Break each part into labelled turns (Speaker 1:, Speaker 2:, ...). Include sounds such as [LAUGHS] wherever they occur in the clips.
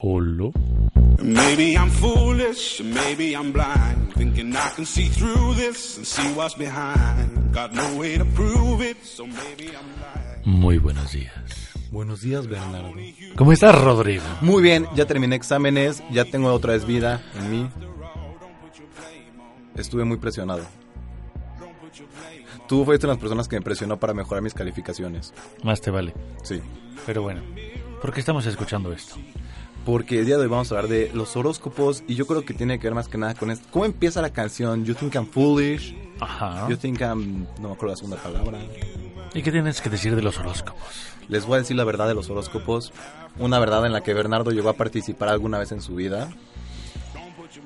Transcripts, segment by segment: Speaker 1: Hola.
Speaker 2: Maybe I'm foolish, maybe I'm blind, thinking I can see through this and see what's behind. Got no way to prove it, so maybe I'm lying.
Speaker 1: Muy buenos días.
Speaker 3: Buenos días, Bernardo.
Speaker 1: ¿Cómo estás, Rodrigo?
Speaker 3: Muy bien, ya terminé exámenes, ya tengo otra vez vida en mí. Estuve muy presionado. Tú fuiste una de las personas que me presionó para mejorar mis calificaciones.
Speaker 1: Más te vale.
Speaker 3: Sí.
Speaker 1: Pero bueno, ¿por qué estamos escuchando esto?
Speaker 3: Porque el día de hoy vamos a hablar de los horóscopos y yo creo que tiene que ver más que nada con esto. ¿Cómo empieza la canción? You think I'm foolish.
Speaker 1: Ajá.
Speaker 3: You think I'm... No me acuerdo la segunda palabra.
Speaker 1: ¿Y qué tienes que decir de los horóscopos?
Speaker 3: Les voy a decir la verdad de los horóscopos. Una verdad en la que Bernardo llegó a participar alguna vez en su vida.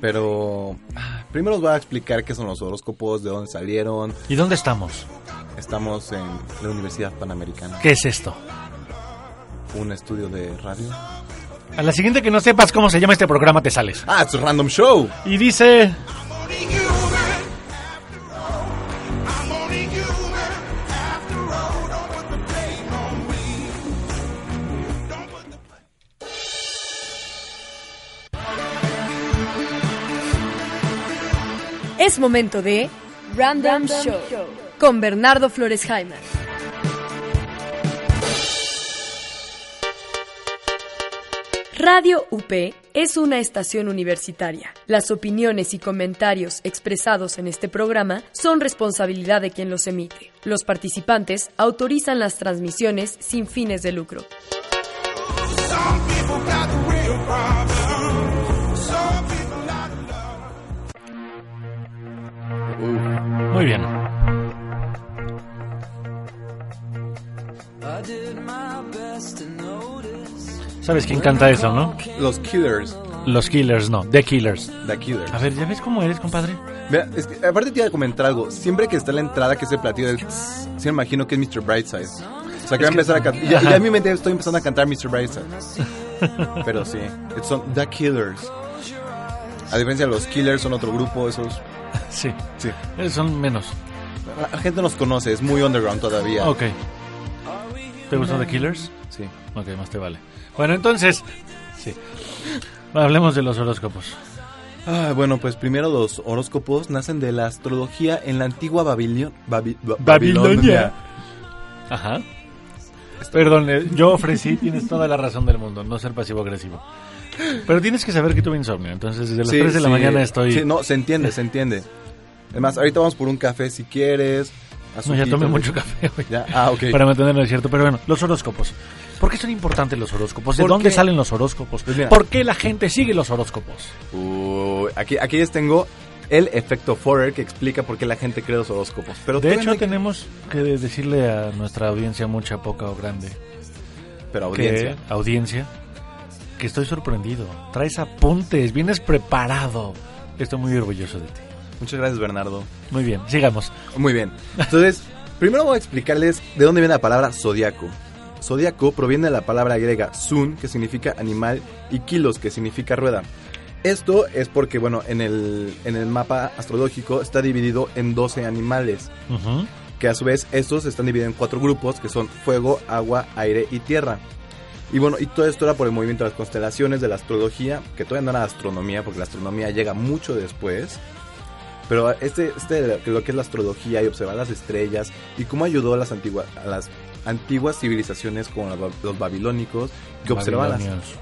Speaker 3: Pero ah, primero os voy a explicar qué son los horóscopos, de dónde salieron.
Speaker 1: ¿Y dónde estamos?
Speaker 3: Estamos en la Universidad Panamericana.
Speaker 1: ¿Qué es esto?
Speaker 3: Un estudio de radio.
Speaker 1: A la siguiente que no sepas cómo se llama este programa te sales.
Speaker 3: Ah, es un random show.
Speaker 1: Y dice...
Speaker 2: Only human, I'm only human. After all, don't put the blame on me. Don't put the
Speaker 4: Es momento de Random, Show, con Bernardo Flores Jaime. Radio UP es una estación universitaria. Las opiniones y comentarios expresados en este programa son responsabilidad de quien los emite. Los participantes autorizan las transmisiones sin fines de lucro.
Speaker 2: Some people got the real problem. Some people out of love.
Speaker 1: Muy bien. ¿Sabes quién canta eso, no?
Speaker 3: Los Killers.
Speaker 1: Los Killers, no. The Killers.
Speaker 3: The Killers.
Speaker 1: A ver, ¿ya ves cómo eres, compadre?
Speaker 3: Mira, es que, aparte te iba a comentar algo. Siempre que está la entrada que se platillo del... tss, Sí, me imagino que es Mr. Brightside. O sea, que va a empezar a cantar... Y, ya- y ya [LAUGHS] a mí me estoy empezando a cantar Mr. Brightside. Pero sí, son The Killers. A diferencia de los Killers, son otro grupo, esos...
Speaker 1: Sí.
Speaker 3: Sí.
Speaker 1: Eh, Son menos.
Speaker 3: La, la gente nos conoce, es muy underground todavía.
Speaker 1: Ok. ¿Te gustan The Killers?
Speaker 3: Sí.
Speaker 1: Ok, más te vale. Bueno, entonces... Sí. Hablemos de los horóscopos.
Speaker 3: Ah, bueno, pues primero los horóscopos nacen de la astrología en la antigua Babilio- Babi- Ba-
Speaker 1: Babilonia.
Speaker 3: Babilonia.
Speaker 1: Ajá. Perdón, eh, yo ofrecí, tienes toda la razón del mundo, no ser pasivo-agresivo. Pero tienes que saber que tuve insomnio, entonces desde las
Speaker 3: Sí,
Speaker 1: 3 de la
Speaker 3: sí.
Speaker 1: mañana estoy...
Speaker 3: Sí, no,
Speaker 1: [LAUGHS]
Speaker 3: se entiende, se entiende. Además, ahorita vamos por un café si quieres.
Speaker 1: No, ya
Speaker 3: azuquito,
Speaker 1: tomé
Speaker 3: güey.
Speaker 1: mucho café hoy.
Speaker 3: Ya, ah, ok.
Speaker 1: Para mantenerlo cierto, pero bueno, los horóscopos. ¿Por qué son importantes los horóscopos? ¿De
Speaker 3: ¿Por
Speaker 1: dónde
Speaker 3: qué?
Speaker 1: salen los horóscopos?
Speaker 3: Pues mira.
Speaker 1: ¿Por qué la gente sigue los horóscopos?
Speaker 3: Uy, aquí, aquí les tengo el efecto Forer que explica por qué la gente cree los horóscopos. Pero
Speaker 1: De
Speaker 3: todavía no
Speaker 1: hecho,
Speaker 3: hay-
Speaker 1: tenemos que decirle a nuestra audiencia, mucha, poca o grande,
Speaker 3: pero audiencia.
Speaker 1: que, audiencia, que estoy sorprendido. Traes apuntes, vienes preparado. Estoy muy orgulloso de ti.
Speaker 3: Muchas gracias, Bernardo.
Speaker 1: Muy bien, sigamos.
Speaker 3: Muy bien. Entonces, primero voy a explicarles de dónde viene la palabra zodiaco. Zodiaco proviene de la palabra griega sun, que significa animal, y kilos, que significa rueda. Esto es porque, bueno, en el, en el mapa astrológico está dividido en 12 animales,
Speaker 1: Ujú.
Speaker 3: que a su vez estos están divididos en cuatro grupos, que son fuego, agua, aire y tierra. Y bueno, y todo esto era por el movimiento de las constelaciones, de la astrología, que todavía no era astronomía, porque la astronomía llega mucho después. Pero este, este lo que es la astrología y observar las estrellas y cómo ayudó a las antiguas, a las antiguas civilizaciones como la ba- los babilónicos, que observaban las...
Speaker 1: Babilonios.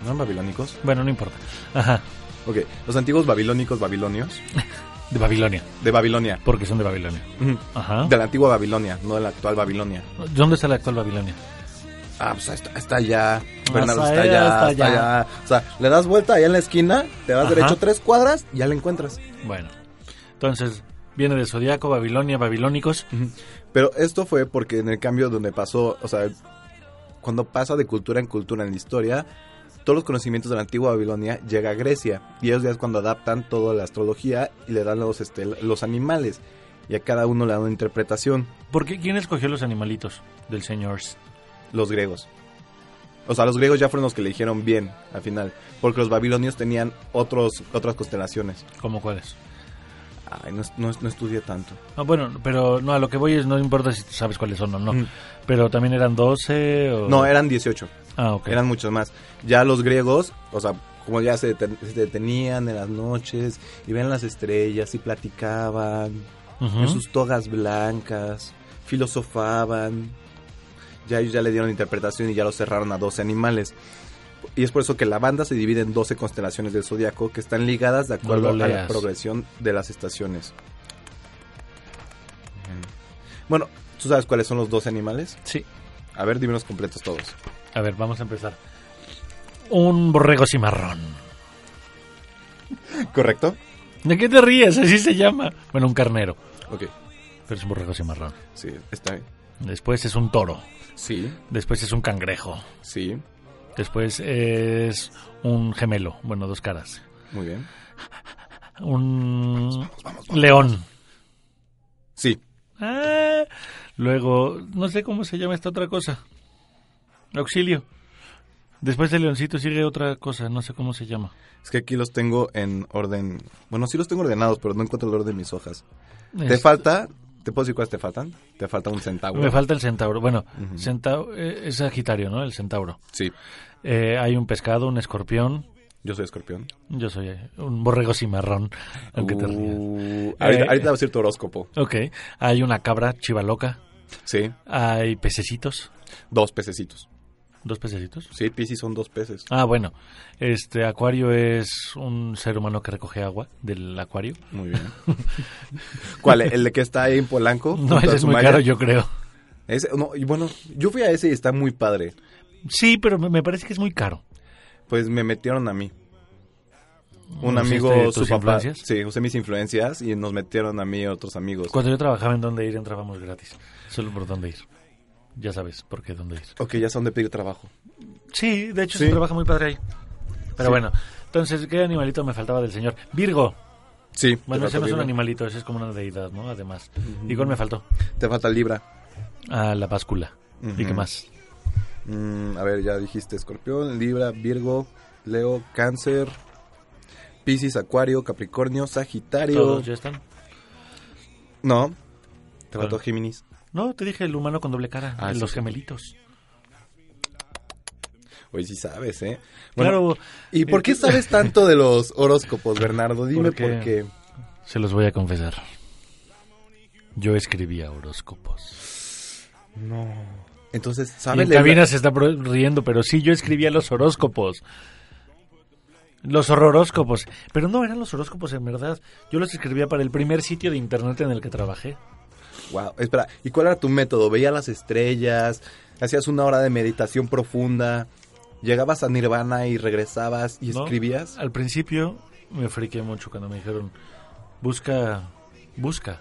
Speaker 3: ¿No eran babilónicos?
Speaker 1: Bueno, no importa. Ajá,
Speaker 3: Ok, los antiguos babilónicos, babilonios,
Speaker 1: de Babilonia,
Speaker 3: de Babilonia.
Speaker 1: porque son de Babilonia.
Speaker 3: Ujú.
Speaker 1: Ajá.
Speaker 3: De la antigua Babilonia, no de la actual Babilonia.
Speaker 1: ¿Dónde está la actual Babilonia?
Speaker 3: Ah, pues está, está allá. Bernardo
Speaker 1: está
Speaker 3: está allá,
Speaker 1: allá,
Speaker 3: está,
Speaker 1: está allá.
Speaker 3: allá. O sea, le das vuelta allá en la esquina, te vas
Speaker 1: Ajá.
Speaker 3: derecho tres cuadras y ya la encuentras.
Speaker 1: Bueno, entonces viene de Zodíaco, Babilonia, Babilónicos.
Speaker 3: Pero esto fue porque en el cambio donde pasó, o sea, cuando pasa de cultura en cultura en la historia, todos los conocimientos de la antigua Babilonia llega a Grecia y ellos ya es cuando adaptan toda la astrología y le dan los, este, los animales y a cada uno le dan una interpretación,
Speaker 1: ¿Por qué? ¿Quién escogió los animalitos del señor?
Speaker 3: los griegos. O sea, los griegos ya fueron los que le dijeron bien al final, porque los babilonios tenían otros, otras constelaciones.
Speaker 1: ¿Cómo cuáles?
Speaker 3: Ay, no, es- no, es- no estudié tanto.
Speaker 1: No, bueno, pero no, a lo que voy es, no importa si sabes cuáles son o no.
Speaker 3: Mm.
Speaker 1: Pero también eran 12 o...
Speaker 3: No, eran 18.
Speaker 1: Ah, Oh. ok.
Speaker 3: Eran muchos más. Ya los griegos, o sea, como ya se, deten- se detenían en las noches y veían las estrellas y platicaban
Speaker 1: Ujú.
Speaker 3: en sus togas blancas, filosofaban. Ya ellos ya le dieron interpretación y ya lo cerraron a 12 animales. Y es por eso que la banda se divide en 12 constelaciones del zodiaco que están ligadas de acuerdo
Speaker 1: lo
Speaker 3: a la
Speaker 1: leas.
Speaker 3: progresión de las estaciones. Bueno, ¿tú sabes cuáles son los 12 animales?
Speaker 1: Sí.
Speaker 3: A ver, dímelos completos todos.
Speaker 1: A ver, vamos a empezar. Un borrego cimarrón.
Speaker 3: ¿Correcto?
Speaker 1: ¿De qué te ríes? Así se llama. Bueno, un carnero,
Speaker 3: Ok.
Speaker 1: pero es un borrego cimarrón.
Speaker 3: Sí, está bien.
Speaker 1: Después es un toro.
Speaker 3: Sí,
Speaker 1: Después es un cangrejo.
Speaker 3: sí.
Speaker 1: Después es un gemelo. Bueno, dos caras.
Speaker 3: Muy bien.
Speaker 1: Un león.
Speaker 3: Sí.
Speaker 1: Ah, luego, no sé cómo se llama esta otra cosa. Auxilio. Después del leoncito sigue otra cosa, no sé cómo se llama.
Speaker 3: Es que aquí los tengo en orden. Bueno, sí los tengo ordenados, pero no encuentro el orden de mis hojas. Te
Speaker 1: Es-
Speaker 3: falta, ¿te puedo decir cuáles te faltan? Te falta un centauro.
Speaker 1: Este- me falta el centauro. Bueno, centau- eh, es Sagitario, ¿no? El centauro.
Speaker 3: Sí,
Speaker 1: Eh, hay un pescado, un escorpión.
Speaker 3: yo soy escorpión.
Speaker 1: Yo soy eh, un borrego cimarrón, aunque te rías.
Speaker 3: Uh, ahorita,
Speaker 1: Eh,
Speaker 3: ahorita va a decir tu horóscopo.
Speaker 1: Ok, hay una cabra chivaloca.
Speaker 3: Sí,
Speaker 1: Hay pececitos.
Speaker 3: dos pececitos.
Speaker 1: ¿Dos pececitos?
Speaker 3: Sí, Piscis son dos peces.
Speaker 1: Ah, bueno. Este acuario es un ser humano que recoge agua del acuario. [LAUGHS]
Speaker 3: Muy bien. ¿Cuál? ¿El de que está ahí en Polanco? junto
Speaker 1: No,
Speaker 3: a
Speaker 1: ese es muy
Speaker 3: Sumaya?
Speaker 1: caro, yo creo.
Speaker 3: Ese- no, y bueno, yo fui a ese y está muy padre.
Speaker 1: Sí, pero me- me parece que es muy caro.
Speaker 3: Pues me metieron a mí. Un
Speaker 1: ¿Usiste
Speaker 3: amigo,
Speaker 1: tus
Speaker 3: su papá.
Speaker 1: influencias?
Speaker 3: Sí, usé mis influencias y nos metieron a mí y a otros amigos.
Speaker 1: Cuando yo trabajaba en Dónde Ir, entrábamos gratis. Solo por Dónde Ir. Ya sabes por qué Dónde Ir.
Speaker 3: Ok, ya son de pedir trabajo.
Speaker 1: Sí, de hecho
Speaker 3: Sí.
Speaker 1: se trabaja muy padre ahí. Pero bueno, entonces, ¿qué animalito me faltaba del señor? Virgo.
Speaker 3: Sí.
Speaker 1: Bueno,
Speaker 3: te
Speaker 1: ese no
Speaker 3: falta
Speaker 1: es un
Speaker 3: Libra.
Speaker 1: animalito, ese es como una deidad, ¿no? Además. ¿Y cuál me faltó?
Speaker 3: Te falta Libra.
Speaker 1: Ah, la báscula. ¿Y
Speaker 3: Ujú.
Speaker 1: qué más?
Speaker 3: Mm, a ver, ya dijiste Escorpión, Libra, Virgo, Leo, Cáncer, Piscis, Acuario, Capricornio, Sagitario.
Speaker 1: ¿Todos ya están?
Speaker 3: No, te
Speaker 1: ¿Cuál?
Speaker 3: faltó Géminis.
Speaker 1: No, te dije el humano con doble cara,
Speaker 3: Ah,
Speaker 1: eh,
Speaker 3: sí,
Speaker 1: los
Speaker 3: sí.
Speaker 1: gemelitos.
Speaker 3: Hoy sí sabes, ¿eh?
Speaker 1: claro,
Speaker 3: ¿Y por qué sabes tanto de los horóscopos, Bernardo? Dime
Speaker 1: Porque-
Speaker 3: por qué.
Speaker 1: se los voy a confesar. Yo escribía horóscopos.
Speaker 3: Entonces,
Speaker 1: Y
Speaker 3: ¿sabes
Speaker 1: en
Speaker 3: leer la-
Speaker 1: cabina se está pro- riendo, pero sí, yo escribía los horóscopos. Los horroróscopos. Pero no eran los horóscopos, en verdad. Yo los escribía para el primer sitio de internet en el que trabajé.
Speaker 3: Wow, espera, ¿y cuál era tu método? ¿Veías las estrellas? ¿Hacías una hora de meditación profunda? ¿Llegabas a Nirvana y regresabas y
Speaker 1: ¿no?
Speaker 3: escribías?
Speaker 1: Al principio me friqué mucho cuando me dijeron, busca, busca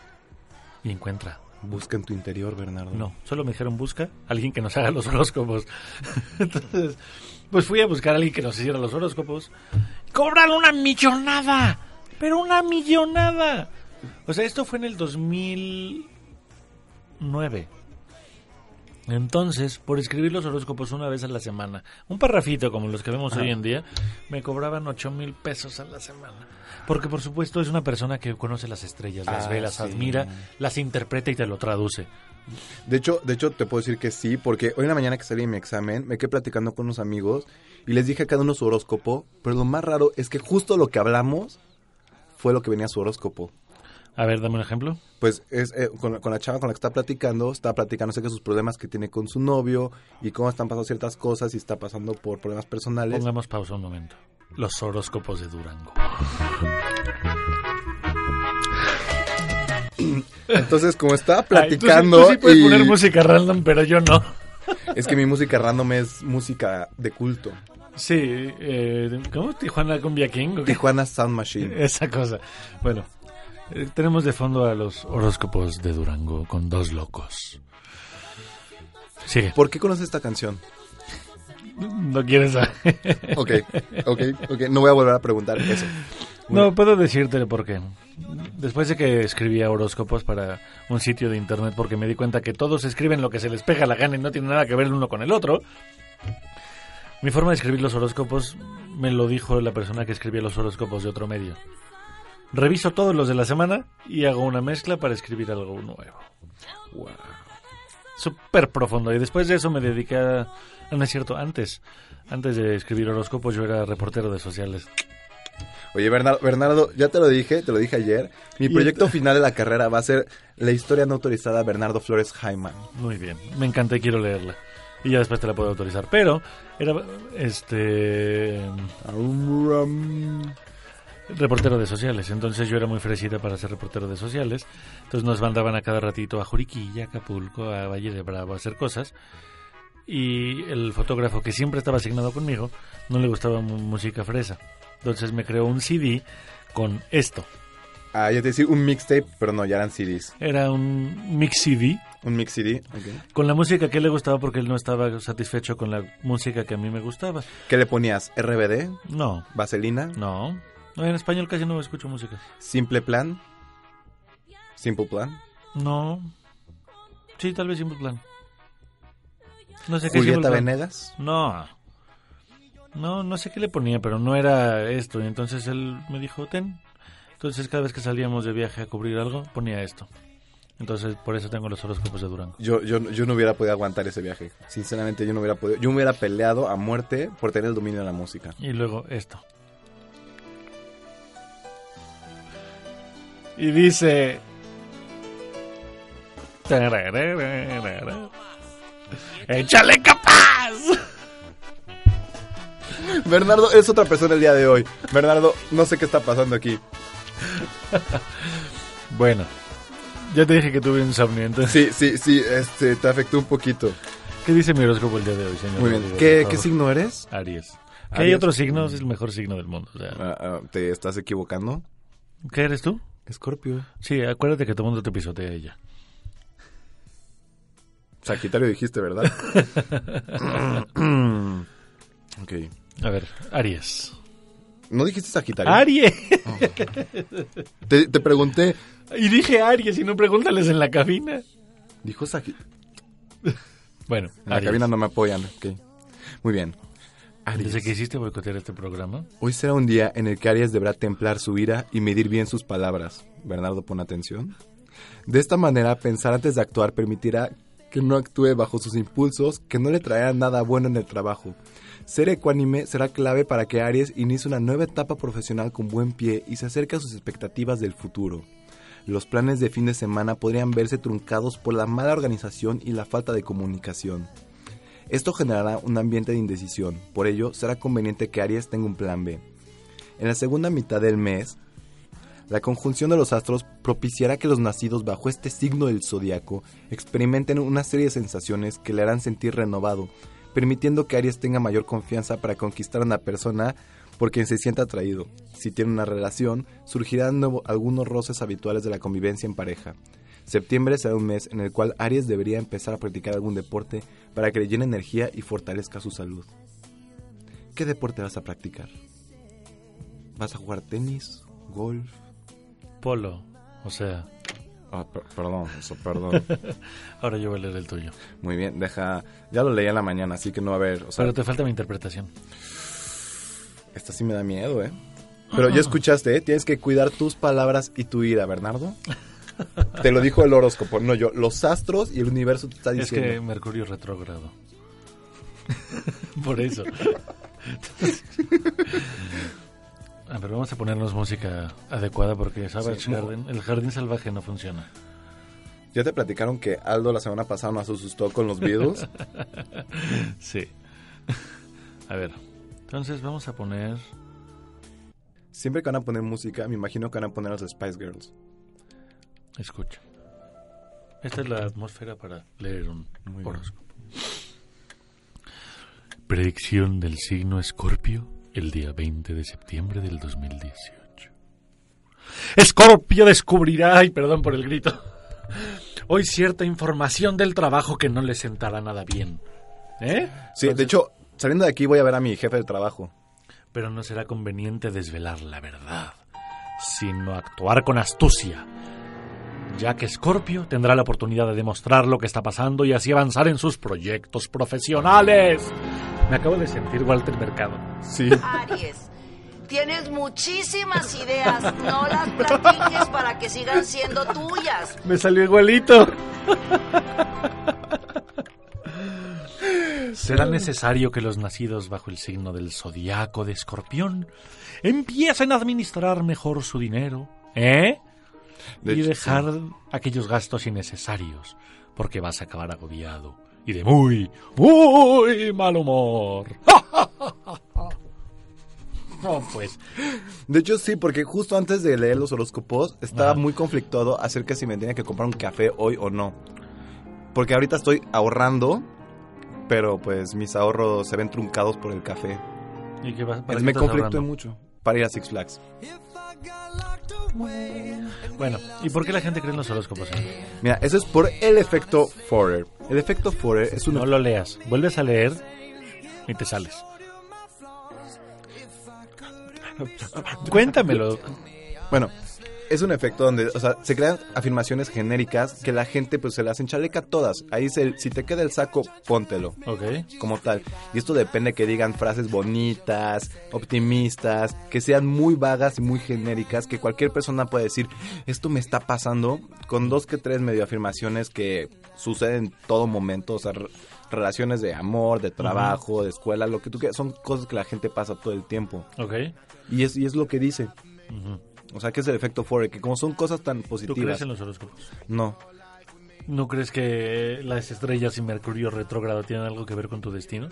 Speaker 1: y encuentra.
Speaker 3: Busca en tu interior, Bernardo.
Speaker 1: No, solo me dijeron, busca a alguien que nos haga los horóscopos. [LAUGHS] Entonces, pues fui a buscar a alguien que nos hiciera los horóscopos. ¡Cobran una millonada! ¡Pero una millonada! O sea, esto fue en el 2009. Entonces, por escribir los horóscopos una vez a la semana, un parrafito como los que vemos hoy en día, me cobraban ocho mil pesos a la semana. Porque, por supuesto, es una persona que conoce las estrellas, las
Speaker 3: Ah,
Speaker 1: ve, las
Speaker 3: sí.
Speaker 1: admira, las interpreta y te lo traduce.
Speaker 3: De hecho, de hecho, te puedo decir que sí, porque hoy en la mañana que salí de mi examen, me quedé platicando con unos amigos y les dije a cada uno su horóscopo, pero lo más raro es que justo lo que hablamos fue lo que venía a su horóscopo.
Speaker 1: A ver, dame un ejemplo.
Speaker 3: Pues es eh, con, la- con la chava con la que está platicando, está platicando acerca de sus problemas que tiene con su novio y cómo están pasando ciertas cosas y está pasando por problemas personales.
Speaker 1: Pongamos pausa un momento. Los horóscopos de Durango.
Speaker 3: Entonces, como estaba
Speaker 1: Ay,
Speaker 3: platicando
Speaker 1: Ah, tú sí- tú sí puedes
Speaker 3: y-
Speaker 1: poner música random, pero yo no.
Speaker 3: es que mi música random es música de culto.
Speaker 1: Sí, eh, ¿cómo? Tijuana Cumbia King. ¿o qué?
Speaker 3: Tijuana Sound Machine.
Speaker 1: Esa cosa. Bueno, eh, tenemos de fondo a los horóscopos de Durango con dos locos. Sigue.
Speaker 3: ¿Por qué conoces esta canción?
Speaker 1: No quieres saber.
Speaker 3: Ok, ok, ok. No voy a volver a preguntar eso.
Speaker 1: No, puedo decírtelo porque después de que escribía horóscopos para un sitio de internet porque me di cuenta que todos escriben lo que se les pega la gana y no tiene nada que ver el uno con el otro, mi forma de escribir los horóscopos me lo dijo la persona que escribía los horóscopos de otro medio. Reviso todos los de la semana y hago una mezcla para escribir algo nuevo. Wow. Súper profundo. Y después de eso me dediqué a... ah, No es cierto, antes. Antes de escribir horóscopos yo era reportero de sociales.
Speaker 3: Oye, Bernardo, Bernardo, ya te lo dije, te lo dije ayer. Mi proyecto final de la carrera va a ser la historia no autorizada de Bernardo Flores Jaiman.
Speaker 1: Muy bien, me encanta y quiero leerla. Y ya después te la puedo autorizar. Pero era este reportero de sociales. Entonces yo era muy fresita para ser reportero de sociales. Entonces nos mandaban a cada ratito a Juriquilla, a Acapulco, a Valle de Bravo a hacer cosas. Y el fotógrafo que siempre estaba asignado conmigo no le gustaba mu- música fresa. Entonces me creó un CD con esto.
Speaker 3: Ah, ya te decía un mixtape, pero no, ya eran CDs.
Speaker 1: Era un mix CD
Speaker 3: Un mix CD.
Speaker 1: con la música que a él le gustaba porque él no estaba satisfecho con la música que a mí me gustaba.
Speaker 3: ¿Qué le ponías? ¿RBD?
Speaker 1: No,
Speaker 3: ¿Vaselina?
Speaker 1: No. No, en español casi no escucho música.
Speaker 3: ¿Simple plan? ¿Simple plan?
Speaker 1: No. Sí, tal vez Simple Plan. No sé qué es
Speaker 3: ¿Julieta
Speaker 1: Simple Plan.
Speaker 3: Venegas?
Speaker 1: No. No, no sé qué le ponía, pero no era esto. Y entonces él me dijo, ten. Entonces cada vez que salíamos de viaje a cubrir algo, ponía esto. Entonces por eso tengo los horóscopos de Durango.
Speaker 3: Yo, yo, yo no hubiera podido aguantar ese viaje. Sinceramente, yo no hubiera podido. Yo me hubiera peleado a muerte por tener el dominio de la música.
Speaker 1: Y luego esto. Y dice... "Tararararara". ¡Échale capaz!
Speaker 3: Bernardo, es otra persona el día de hoy. Bernardo, no sé qué está pasando aquí.
Speaker 1: Bueno, ya te dije que tuve insomnio, entonces...
Speaker 3: Sí, sí, sí, este, te afectó un poquito.
Speaker 1: ¿Qué dice mi horóscopo el día de hoy, señor?
Speaker 3: Muy bien.
Speaker 1: Rodrigo,
Speaker 3: ¿Qué,
Speaker 1: por
Speaker 3: qué
Speaker 1: favor?
Speaker 3: signo eres?
Speaker 1: Aries. Mm. Que hay
Speaker 3: Aries.
Speaker 1: otro signo, es el mejor signo del mundo. o sea.
Speaker 3: Ah, ah, ¿Te estás equivocando?
Speaker 1: ¿Qué eres tú?
Speaker 3: Escorpio.
Speaker 1: Sí, acuérdate que todo el mundo te pisotea ella.
Speaker 3: Sagitario dijiste, [LAUGHS] ¿verdad? ok.
Speaker 1: A ver, Aries.
Speaker 3: No dijiste Sagitario.
Speaker 1: ¡Aries! [LAUGHS]
Speaker 3: Te, te pregunté.
Speaker 1: y dije Aries y no pregúntales en la cabina.
Speaker 3: Dijo Sagitario.
Speaker 1: Bueno,
Speaker 3: En la
Speaker 1: Aries.
Speaker 3: cabina no me apoyan. Ok. Muy bien.
Speaker 1: Desde que hiciste boicotear este programa,
Speaker 3: Hoy será un día en el que Arias deberá templar su ira y medir bien sus palabras. Bernardo, pon atención. De esta manera, pensar antes de actuar permitirá que no actúe bajo sus impulsos, que no le traerá nada bueno en el trabajo. Ser ecuánime será clave para que Aries inicie una nueva etapa profesional con buen pie y se acerque a sus expectativas del futuro. Los planes de fin de semana podrían verse truncados por la mala organización y la falta de comunicación. Esto generará un ambiente de indecisión, por ello será conveniente que Aries tenga un plan B. En la segunda mitad del mes, la conjunción de los astros propiciará que los nacidos bajo este signo del zodiaco experimenten una serie de sensaciones que le harán sentir renovado, permitiendo que Aries tenga mayor confianza para conquistar a una persona por quien se sienta atraído. Si tiene una relación, surgirán nuevo- algunos roces habituales de la convivencia en pareja. Septiembre será un mes en el cual Aries debería empezar a practicar algún deporte para que le llene energía y fortalezca su salud. ¿Qué deporte vas a practicar? ¿Vas a jugar tenis? ¿Golf?
Speaker 1: Polo. O sea,
Speaker 3: Ah, per- perdón, eso, [LAUGHS] perdón.
Speaker 1: ahora yo voy a leer el tuyo.
Speaker 3: Muy bien, deja. Ya lo leí en la mañana, así que no va a haber. O sea,
Speaker 1: Pero te falta mi interpretación.
Speaker 3: esta sí me da miedo, ¿eh? Pero ya escuchaste, ¿eh? Tienes que cuidar tus palabras y tu ira, Bernardo. Te lo dijo el horóscopo, no yo. Los astros y el universo te está
Speaker 1: Es que
Speaker 3: diciendo.
Speaker 1: Mercurio retrógrado. Por eso. A ver, vamos a ponernos música adecuada porque, ¿sabes?
Speaker 3: Sí,
Speaker 1: El jardín- el jardín salvaje no funciona.
Speaker 3: Ya te platicaron que Aldo la semana pasada nos asustó con los Beatles.
Speaker 1: Sí. A ver. Entonces vamos a poner...
Speaker 3: Siempre que van a poner música, me imagino que van a poner a los Spice Girls.
Speaker 1: Escucha. Esta es la atmósfera para leer un
Speaker 3: Muy
Speaker 1: horóscopo. Predicción del signo Escorpio el día 20 de septiembre del 2018. Escorpio descubrirá, ay, perdón por el grito, hoy cierta información del trabajo que no le sentará nada bien. ¿Eh?
Speaker 3: Sí, de
Speaker 1: Entonces,
Speaker 3: hecho, saliendo de aquí voy a ver a mi jefe de trabajo.
Speaker 1: Pero no será conveniente desvelar la verdad, sino actuar con astucia, ya que Scorpio tendrá la oportunidad de demostrar lo que está pasando y así avanzar en sus proyectos profesionales. Me acabo de sentir Walter Mercado.
Speaker 3: Sí.
Speaker 5: Aries. Tienes muchísimas ideas, no las platiques para que sigan siendo tuyas.
Speaker 1: Me salió igualito. Será necesario que los nacidos bajo el signo del zodiaco de escorpión empiecen a administrar mejor su dinero, ¿eh?
Speaker 3: De
Speaker 1: y
Speaker 3: hecho,
Speaker 1: dejar aquellos gastos innecesarios, porque vas a acabar agobiado y de muy, muy mal humor. [LAUGHS] No, pues,
Speaker 3: [LAUGHS] De hecho, sí, porque justo antes de leer los horóscopos estaba
Speaker 1: Ajá.
Speaker 3: muy conflictuado acerca si me tenía que comprar un café hoy o no. Porque ahorita estoy ahorrando, pero pues mis ahorros se ven truncados por el café.
Speaker 1: ¿y qué vas para qué
Speaker 3: Me
Speaker 1: estás
Speaker 3: conflictué
Speaker 1: ahorrando?
Speaker 3: mucho para ir a Six Flags.
Speaker 1: Bueno, ¿y por qué la gente cree en los horóscopos? eh?
Speaker 3: Mira, eso es por el efecto Forer. El efecto Forer es un...
Speaker 1: No lo leas, vuelves a leer y te [LAUGHS] sales. Cuéntamelo.
Speaker 3: Bueno, es un efecto donde, o sea, se crean afirmaciones genéricas que la gente pues se las enchaleca todas. Ahí dice, si te queda el saco, póntelo.
Speaker 1: Ok.
Speaker 3: como tal. Y esto depende que digan frases bonitas, optimistas, que sean muy vagas y muy genéricas, que cualquier persona puede decir, esto me está pasando, con dos que tres medio afirmaciones que suceden en todo momento, o sea, re- relaciones de amor, de trabajo, de escuela, lo que tú quieras, son cosas que la gente pasa todo el tiempo.
Speaker 1: Ok.
Speaker 3: Y es, y es lo que dice.
Speaker 1: Ujú.
Speaker 3: O sea, que es el efecto Forer, que como son cosas tan
Speaker 1: ¿Tú crees
Speaker 3: positivas.
Speaker 1: en los horóscopos?
Speaker 3: No.
Speaker 1: ¿No crees que las estrellas y Mercurio retrógrado tienen algo que ver con tu destino?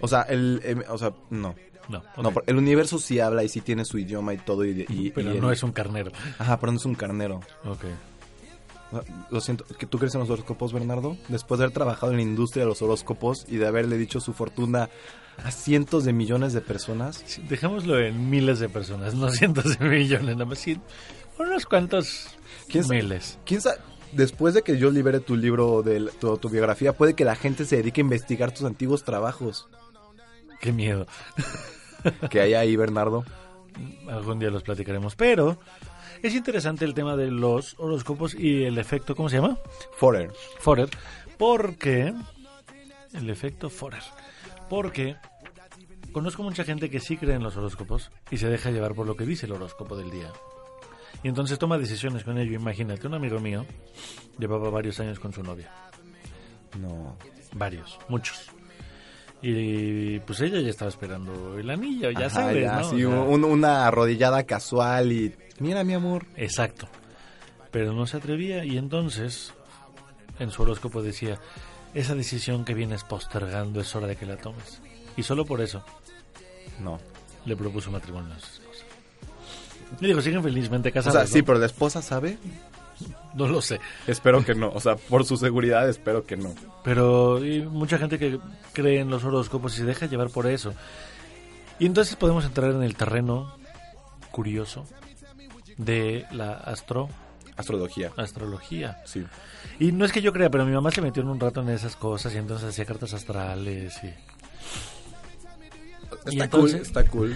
Speaker 3: O sea, el, em, o sea, no.
Speaker 1: No.
Speaker 3: No,
Speaker 1: ok.
Speaker 3: por- el universo sí habla y sí tiene su idioma y todo. Y, y-
Speaker 1: Pero
Speaker 3: y el-
Speaker 1: no es un carnero.
Speaker 3: Ajá, pero no es un carnero.
Speaker 1: Ok.
Speaker 3: Lo siento, ¿que ¿tú crees en los horóscopos, Bernardo? Después de haber trabajado en la industria de los horóscopos y de haberle dicho su fortuna a cientos de millones de personas,
Speaker 1: Sí, Dejémoslo en miles de personas, no [LAUGHS] cientos de millones, nada más. Sí, unos cuantos
Speaker 3: ¿Quién sabe?
Speaker 1: miles.
Speaker 3: ¿quién sabe? Después de que yo libere tu libro de la- tu autobiografía, puede que la gente se dedique a investigar tus antiguos trabajos.
Speaker 1: Qué miedo.
Speaker 3: Que hay ahí, Bernardo.
Speaker 1: Algún día los platicaremos. Pero es interesante el tema de los horóscopos y el efecto, ¿cómo se llama?
Speaker 3: Forer.
Speaker 1: Forer, porque el efecto Forer, porque conozco mucha gente que sí cree en los horóscopos y se deja llevar por lo que dice el horóscopo del día. Y entonces toma decisiones con ello. Imagínate, un amigo mío llevaba varios años con su novia,
Speaker 3: No.
Speaker 1: varios, muchos. Y pues ella ya estaba esperando el anillo, ya
Speaker 3: Ajá,
Speaker 1: sabes,
Speaker 3: ya,
Speaker 1: ¿no?
Speaker 3: sí,
Speaker 1: O sea,
Speaker 3: un- una arrodillada casual y... Mira, mi amor.
Speaker 1: Exacto. Pero no se atrevía y entonces en su horóscopo decía, esa decisión que vienes postergando es hora de que la tomes. Y solo por eso
Speaker 3: No.
Speaker 1: le propuso matrimonio a su esposa. Y digo, siguen felizmente
Speaker 3: O
Speaker 1: casados.
Speaker 3: sea, sí,
Speaker 1: ¿no?
Speaker 3: pero la esposa sabe.
Speaker 1: No lo sé.
Speaker 3: Espero que no. O sea, por su seguridad, espero que no.
Speaker 1: Pero hay mucha gente que cree en los horóscopos y se deja llevar por eso. Y entonces podemos entrar en el terreno curioso de la astro
Speaker 3: Astrología.
Speaker 1: astrología.
Speaker 3: Sí.
Speaker 1: Y no es que yo crea, pero mi mamá se metió en un rato en esas cosas y entonces hacía cartas astrales y...
Speaker 3: Está
Speaker 1: Y
Speaker 3: cool,
Speaker 1: entonces-
Speaker 3: está cool.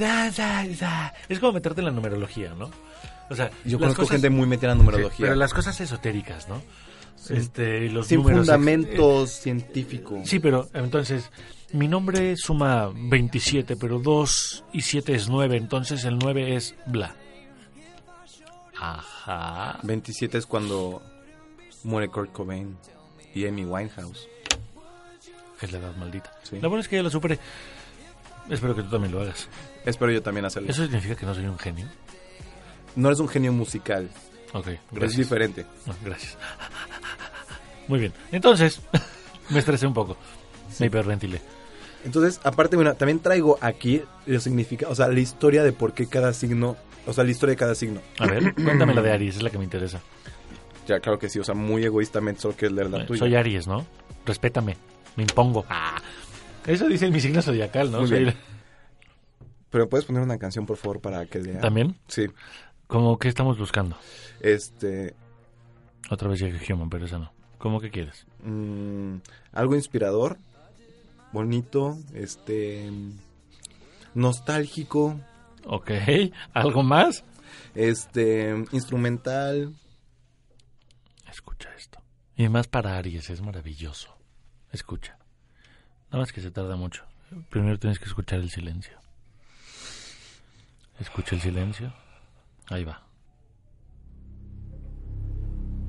Speaker 1: Da, da, da. Es como meterte en la numerología, ¿no? O sea,
Speaker 3: Yo
Speaker 1: las
Speaker 3: conozco
Speaker 1: cosas-
Speaker 3: gente muy metida en la
Speaker 1: Sí,
Speaker 3: numerología.
Speaker 1: pero las cosas esotéricas, ¿no? Este, los
Speaker 3: Sin
Speaker 1: números ex- eh,
Speaker 3: fundamentos científicos.
Speaker 1: Sí, pero entonces, mi nombre suma 27, pero 2 y 7 es 9, entonces el 9 es bla. Ajá.
Speaker 3: 27 es cuando muere Kurt Cobain y Amy Winehouse.
Speaker 1: Es la edad maldita.
Speaker 3: Sí.
Speaker 1: La buena es que ya la superé. Espero que tú también lo hagas.
Speaker 3: Espero yo también hacerlo.
Speaker 1: ¿Eso significa que no soy un genio?
Speaker 3: No eres un genio musical,
Speaker 1: Ok,
Speaker 3: es
Speaker 1: gracias.
Speaker 3: diferente.
Speaker 1: No, gracias. Muy bien. Entonces, [LAUGHS] me estresé un poco. Me hiperventilé.
Speaker 3: Entonces, aparte, bueno, también traigo aquí lo significa, o sea, la historia de por qué cada signo, o sea, la historia de cada signo.
Speaker 1: A ver, cuéntame la de Aries, es la que me interesa.
Speaker 3: Ya, claro que sí, o sea, muy egoístamente solo que es leer la tuya.
Speaker 1: Eh, Soy Aries, ¿no? Respétame, me impongo. Ah. Eso dice mi signo zodiacal, ¿no?
Speaker 3: Muy
Speaker 1: Soy-
Speaker 3: bien. Pero puedes poner una canción, por favor, para que lea.
Speaker 1: ¿También?
Speaker 3: Sí.
Speaker 1: ¿Cómo que estamos buscando?
Speaker 3: Este,
Speaker 1: Otra vez llegué Human, pero esa no. ¿Cómo que quieres?
Speaker 3: mm, algo inspirador bonito, este nostálgico,
Speaker 1: Ok, [LAUGHS] ¿algo más?
Speaker 3: este instrumental.
Speaker 1: Escucha esto. Y más para Aries, es maravilloso. Escucha. Nada más que se tarda mucho. Primero tienes que escuchar el silencio. Escucha el silencio. Ahí va.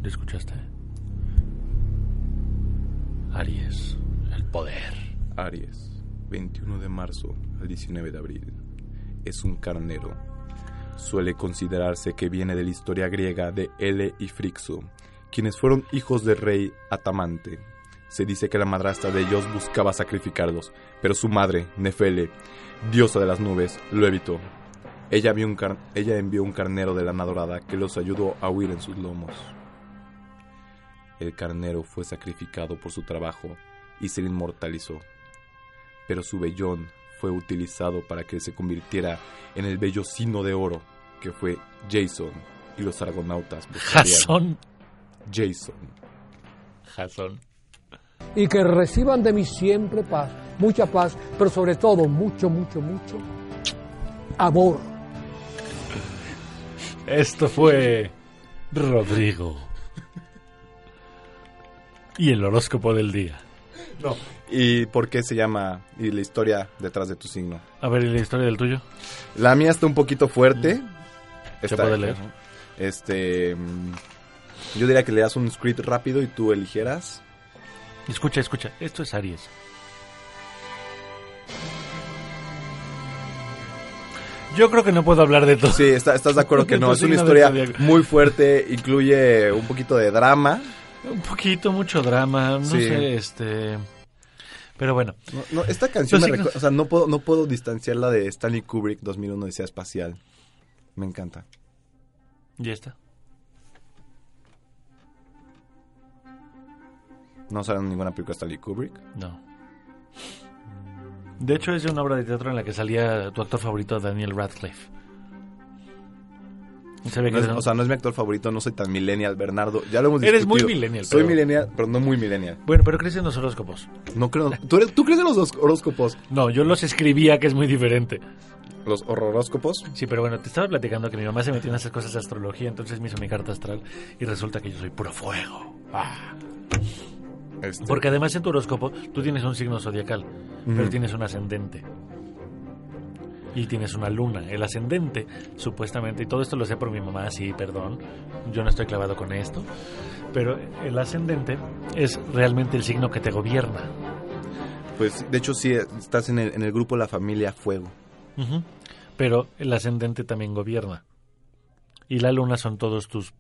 Speaker 1: ¿Lo escuchaste? Aries, el poder.
Speaker 3: Aries, 21 de marzo al 19 de abril. Es un carnero. Suele considerarse que viene de la historia griega de L y Frixo, quienes fueron hijos del rey Atamante. Se dice que la madrastra de ellos buscaba sacrificarlos, pero su madre, Nefele, diosa de las nubes, lo evitó. Ella, vio un car- ella envió un carnero de lana dorada que los ayudó a huir en sus lomos. El carnero fue sacrificado por su trabajo y se le inmortalizó pero su vellón fue utilizado para que se convirtiera en el vellocino de oro que fue Jason y los argonautas buscarían
Speaker 1: Jason.
Speaker 3: Jason.
Speaker 1: Jason.
Speaker 6: y que reciban de mí siempre paz, mucha paz, pero sobre todo mucho, mucho, mucho amor.
Speaker 1: Esto fue Rodrigo. [LAUGHS] Y el horóscopo del día.
Speaker 3: ¿Y por qué se llama y la historia detrás de tu signo?
Speaker 1: A ver, ¿y la historia del tuyo?
Speaker 3: La mía está un poquito fuerte.
Speaker 1: Mm. ¿Se
Speaker 3: Está-
Speaker 1: puede leer?
Speaker 3: Este mm, yo diría que le das un script rápido y tú eligieras.
Speaker 1: Escucha, escucha. Esto es Aries. Yo creo que no puedo hablar de todo. [LAUGHS]
Speaker 3: Sí, está- estás de acuerdo que no,
Speaker 1: Tu
Speaker 3: es una
Speaker 1: signo de
Speaker 3: historia
Speaker 1: zodiaco.
Speaker 3: muy fuerte, incluye un poquito de drama.
Speaker 1: Un poquito, mucho drama. No
Speaker 3: Sí.
Speaker 1: sé, este. Pero bueno,
Speaker 3: No, no, esta canción
Speaker 1: Los
Speaker 3: me
Speaker 1: signos.
Speaker 3: recuerda- o sea, no puedo, no puedo distanciarla de Stanley Kubrick 2001 Odisea Espacial. Me encanta.
Speaker 1: ya está.
Speaker 3: No sale en ninguna película de Stanley Kubrick.
Speaker 1: No. De hecho, es de una obra de teatro en la que salía tu actor favorito, Daniel Radcliffe. Se ve que
Speaker 3: No es-
Speaker 1: era-
Speaker 3: o sea, no es mi actor favorito, no soy tan millennial, Bernardo. Ya lo hemos discutido.
Speaker 1: Eres muy millennial,
Speaker 3: Soy
Speaker 1: pero-
Speaker 3: millennial, pero no muy millennial.
Speaker 1: Bueno, pero crees en los horóscopos.
Speaker 3: No creo. ¿Tú, eres- tú crees en los dos horóscopos?
Speaker 1: No, yo los escribía, que es muy diferente.
Speaker 3: ¿Los horroróscopos?
Speaker 1: Sí, pero bueno, te estaba platicando que mi mamá se metió en esas cosas de astrología, entonces me hizo mi carta astral y resulta que yo soy puro fuego. Ah.
Speaker 3: Este,
Speaker 1: Porque además en tu horóscopo tú tienes un signo zodiacal, pero tienes un ascendente. Y tienes una luna, el ascendente, supuestamente, y todo esto lo sé por mi mamá, sí, perdón, yo no estoy clavado con esto, pero el ascendente es realmente el signo que te gobierna.
Speaker 3: Pues, de hecho, sí, estás en el, en el grupo La Familia Fuego.
Speaker 1: Ujú. Pero el ascendente también gobierna. Y la luna son todos tus...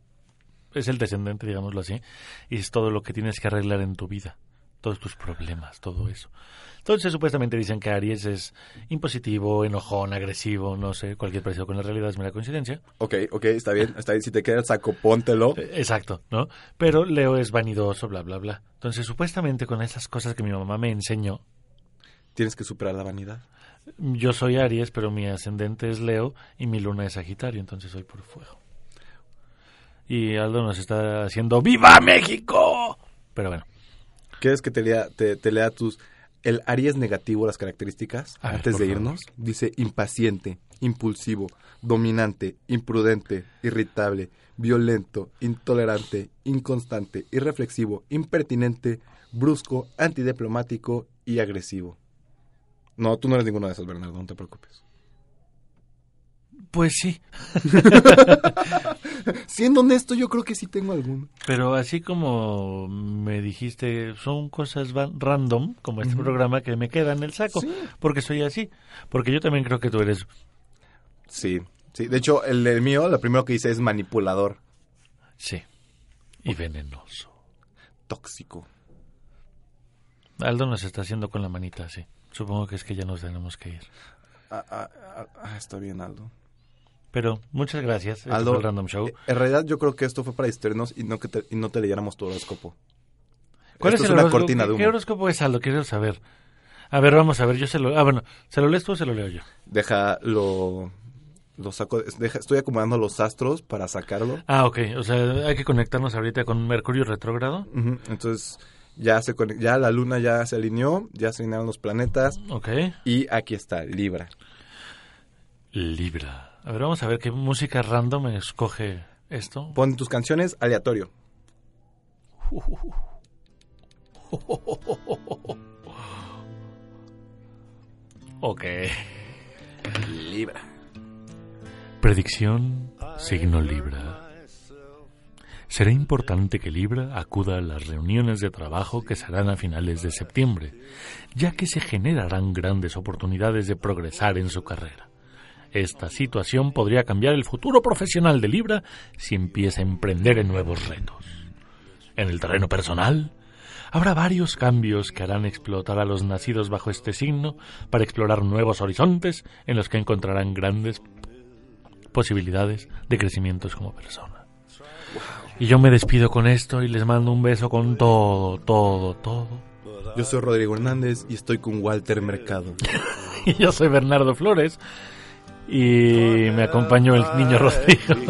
Speaker 1: Es el descendente, digámoslo así. Y es todo lo que tienes que arreglar en tu vida. Todos tus problemas, todo eso. Entonces supuestamente dicen que Aries es impositivo, enojón, agresivo, no sé, cualquier parecido con la realidad es mera coincidencia.
Speaker 3: Ok, ok, está bien, está bien. Si te queda el saco, póntelo.
Speaker 1: Eh, Exacto, ¿no? Pero Leo es vanidoso, bla, bla, bla. Entonces supuestamente con esas cosas que mi mamá me enseñó,
Speaker 3: Tienes que superar la vanidad.
Speaker 1: yo soy Aries, pero mi ascendente es Leo y mi luna es Sagitario, entonces soy por fuego. Y Aldo nos está haciendo ¡Viva México! Pero bueno,
Speaker 3: ¿Quieres que te lea, te, te lea tus... El Aries negativo, las características,
Speaker 1: A ver,
Speaker 3: antes
Speaker 1: por
Speaker 3: de
Speaker 1: favor.
Speaker 3: irnos? Dice impaciente, impulsivo, dominante, imprudente, irritable, violento, intolerante, inconstante, irreflexivo, impertinente, brusco, antidiplomático y agresivo. No, tú no eres ninguno de esos, Bernardo, no te preocupes.
Speaker 1: pues sí,
Speaker 3: Siendo honesto, yo creo que sí tengo alguno.
Speaker 1: pero así como me dijiste, son cosas van- random, como este programa, que me queda en el saco, porque soy así. Porque yo también creo que tú eres...
Speaker 3: Sí, sí. De hecho, el, el mío, lo primero que dice es manipulador,
Speaker 1: Sí, y venenoso.
Speaker 3: tóxico.
Speaker 1: Aldo nos está haciendo con la manita así. Supongo que es que ya nos tenemos que ir.
Speaker 3: Ah, ah, ah, ah, está bien, Aldo.
Speaker 1: Pero muchas gracias. Este
Speaker 3: Aldo,
Speaker 1: fue el Random Show.
Speaker 3: eh, En realidad yo creo que esto fue para distraernos y no que te, y no te leyéramos tu horóscopo.
Speaker 1: ¿Cuál es,
Speaker 3: Esto es
Speaker 1: el
Speaker 3: una
Speaker 1: horóscopo?
Speaker 3: cortina de
Speaker 1: ¿Qué- ¿Qué
Speaker 3: humo.
Speaker 1: horóscopo es Aldo? Quiero saber. A ver, vamos a ver, yo se lo... Ah, bueno, ¿se lo lees tú o se lo leo yo?
Speaker 3: Deja lo, lo saco, deja- estoy acomodando los astros para sacarlo.
Speaker 1: Ah, ok, o sea, hay que conectarnos ahorita con Mercurio retrógrado.
Speaker 3: Ujú, Entonces, Ya, se, conec- ya la luna ya se alineó, ya se alinearon los planetas
Speaker 1: Ok.
Speaker 3: y aquí está Libra.
Speaker 1: Libra. A ver, vamos a ver qué música random escoge esto.
Speaker 3: Pon tus canciones aleatorio.
Speaker 1: Ok.
Speaker 3: Libra.
Speaker 1: Predicción, signo Libra. Será importante que Libra acuda a las reuniones de trabajo que serán a finales de septiembre, ya que se generarán grandes oportunidades de progresar en su carrera. Esta situación podría cambiar el futuro profesional de Libra si empieza a emprender en nuevos retos. En el terreno personal, habrá varios cambios que harán explotar a los nacidos bajo este signo para explorar nuevos horizontes en los que encontrarán grandes posibilidades de crecimientos como persona. Y yo me despido con esto y les mando un beso con todo, todo, todo. [LAUGHS]
Speaker 3: Yo soy Rodrigo Hernández y estoy con Walter Mercado.
Speaker 1: Y yo soy Bernardo Flores y me acompañó el niño Rodrigo. [LAUGHS]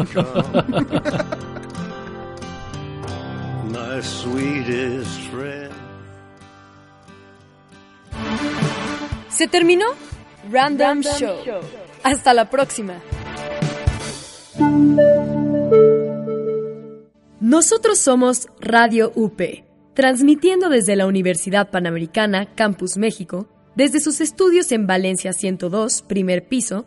Speaker 7: My sweetest friend.
Speaker 4: ¿Se terminó? Random, Show. Hasta la próxima. Nosotros somos Radio UP, transmitiendo desde la Universidad Panamericana, Campus México, desde sus estudios en Valencia 102, primer piso,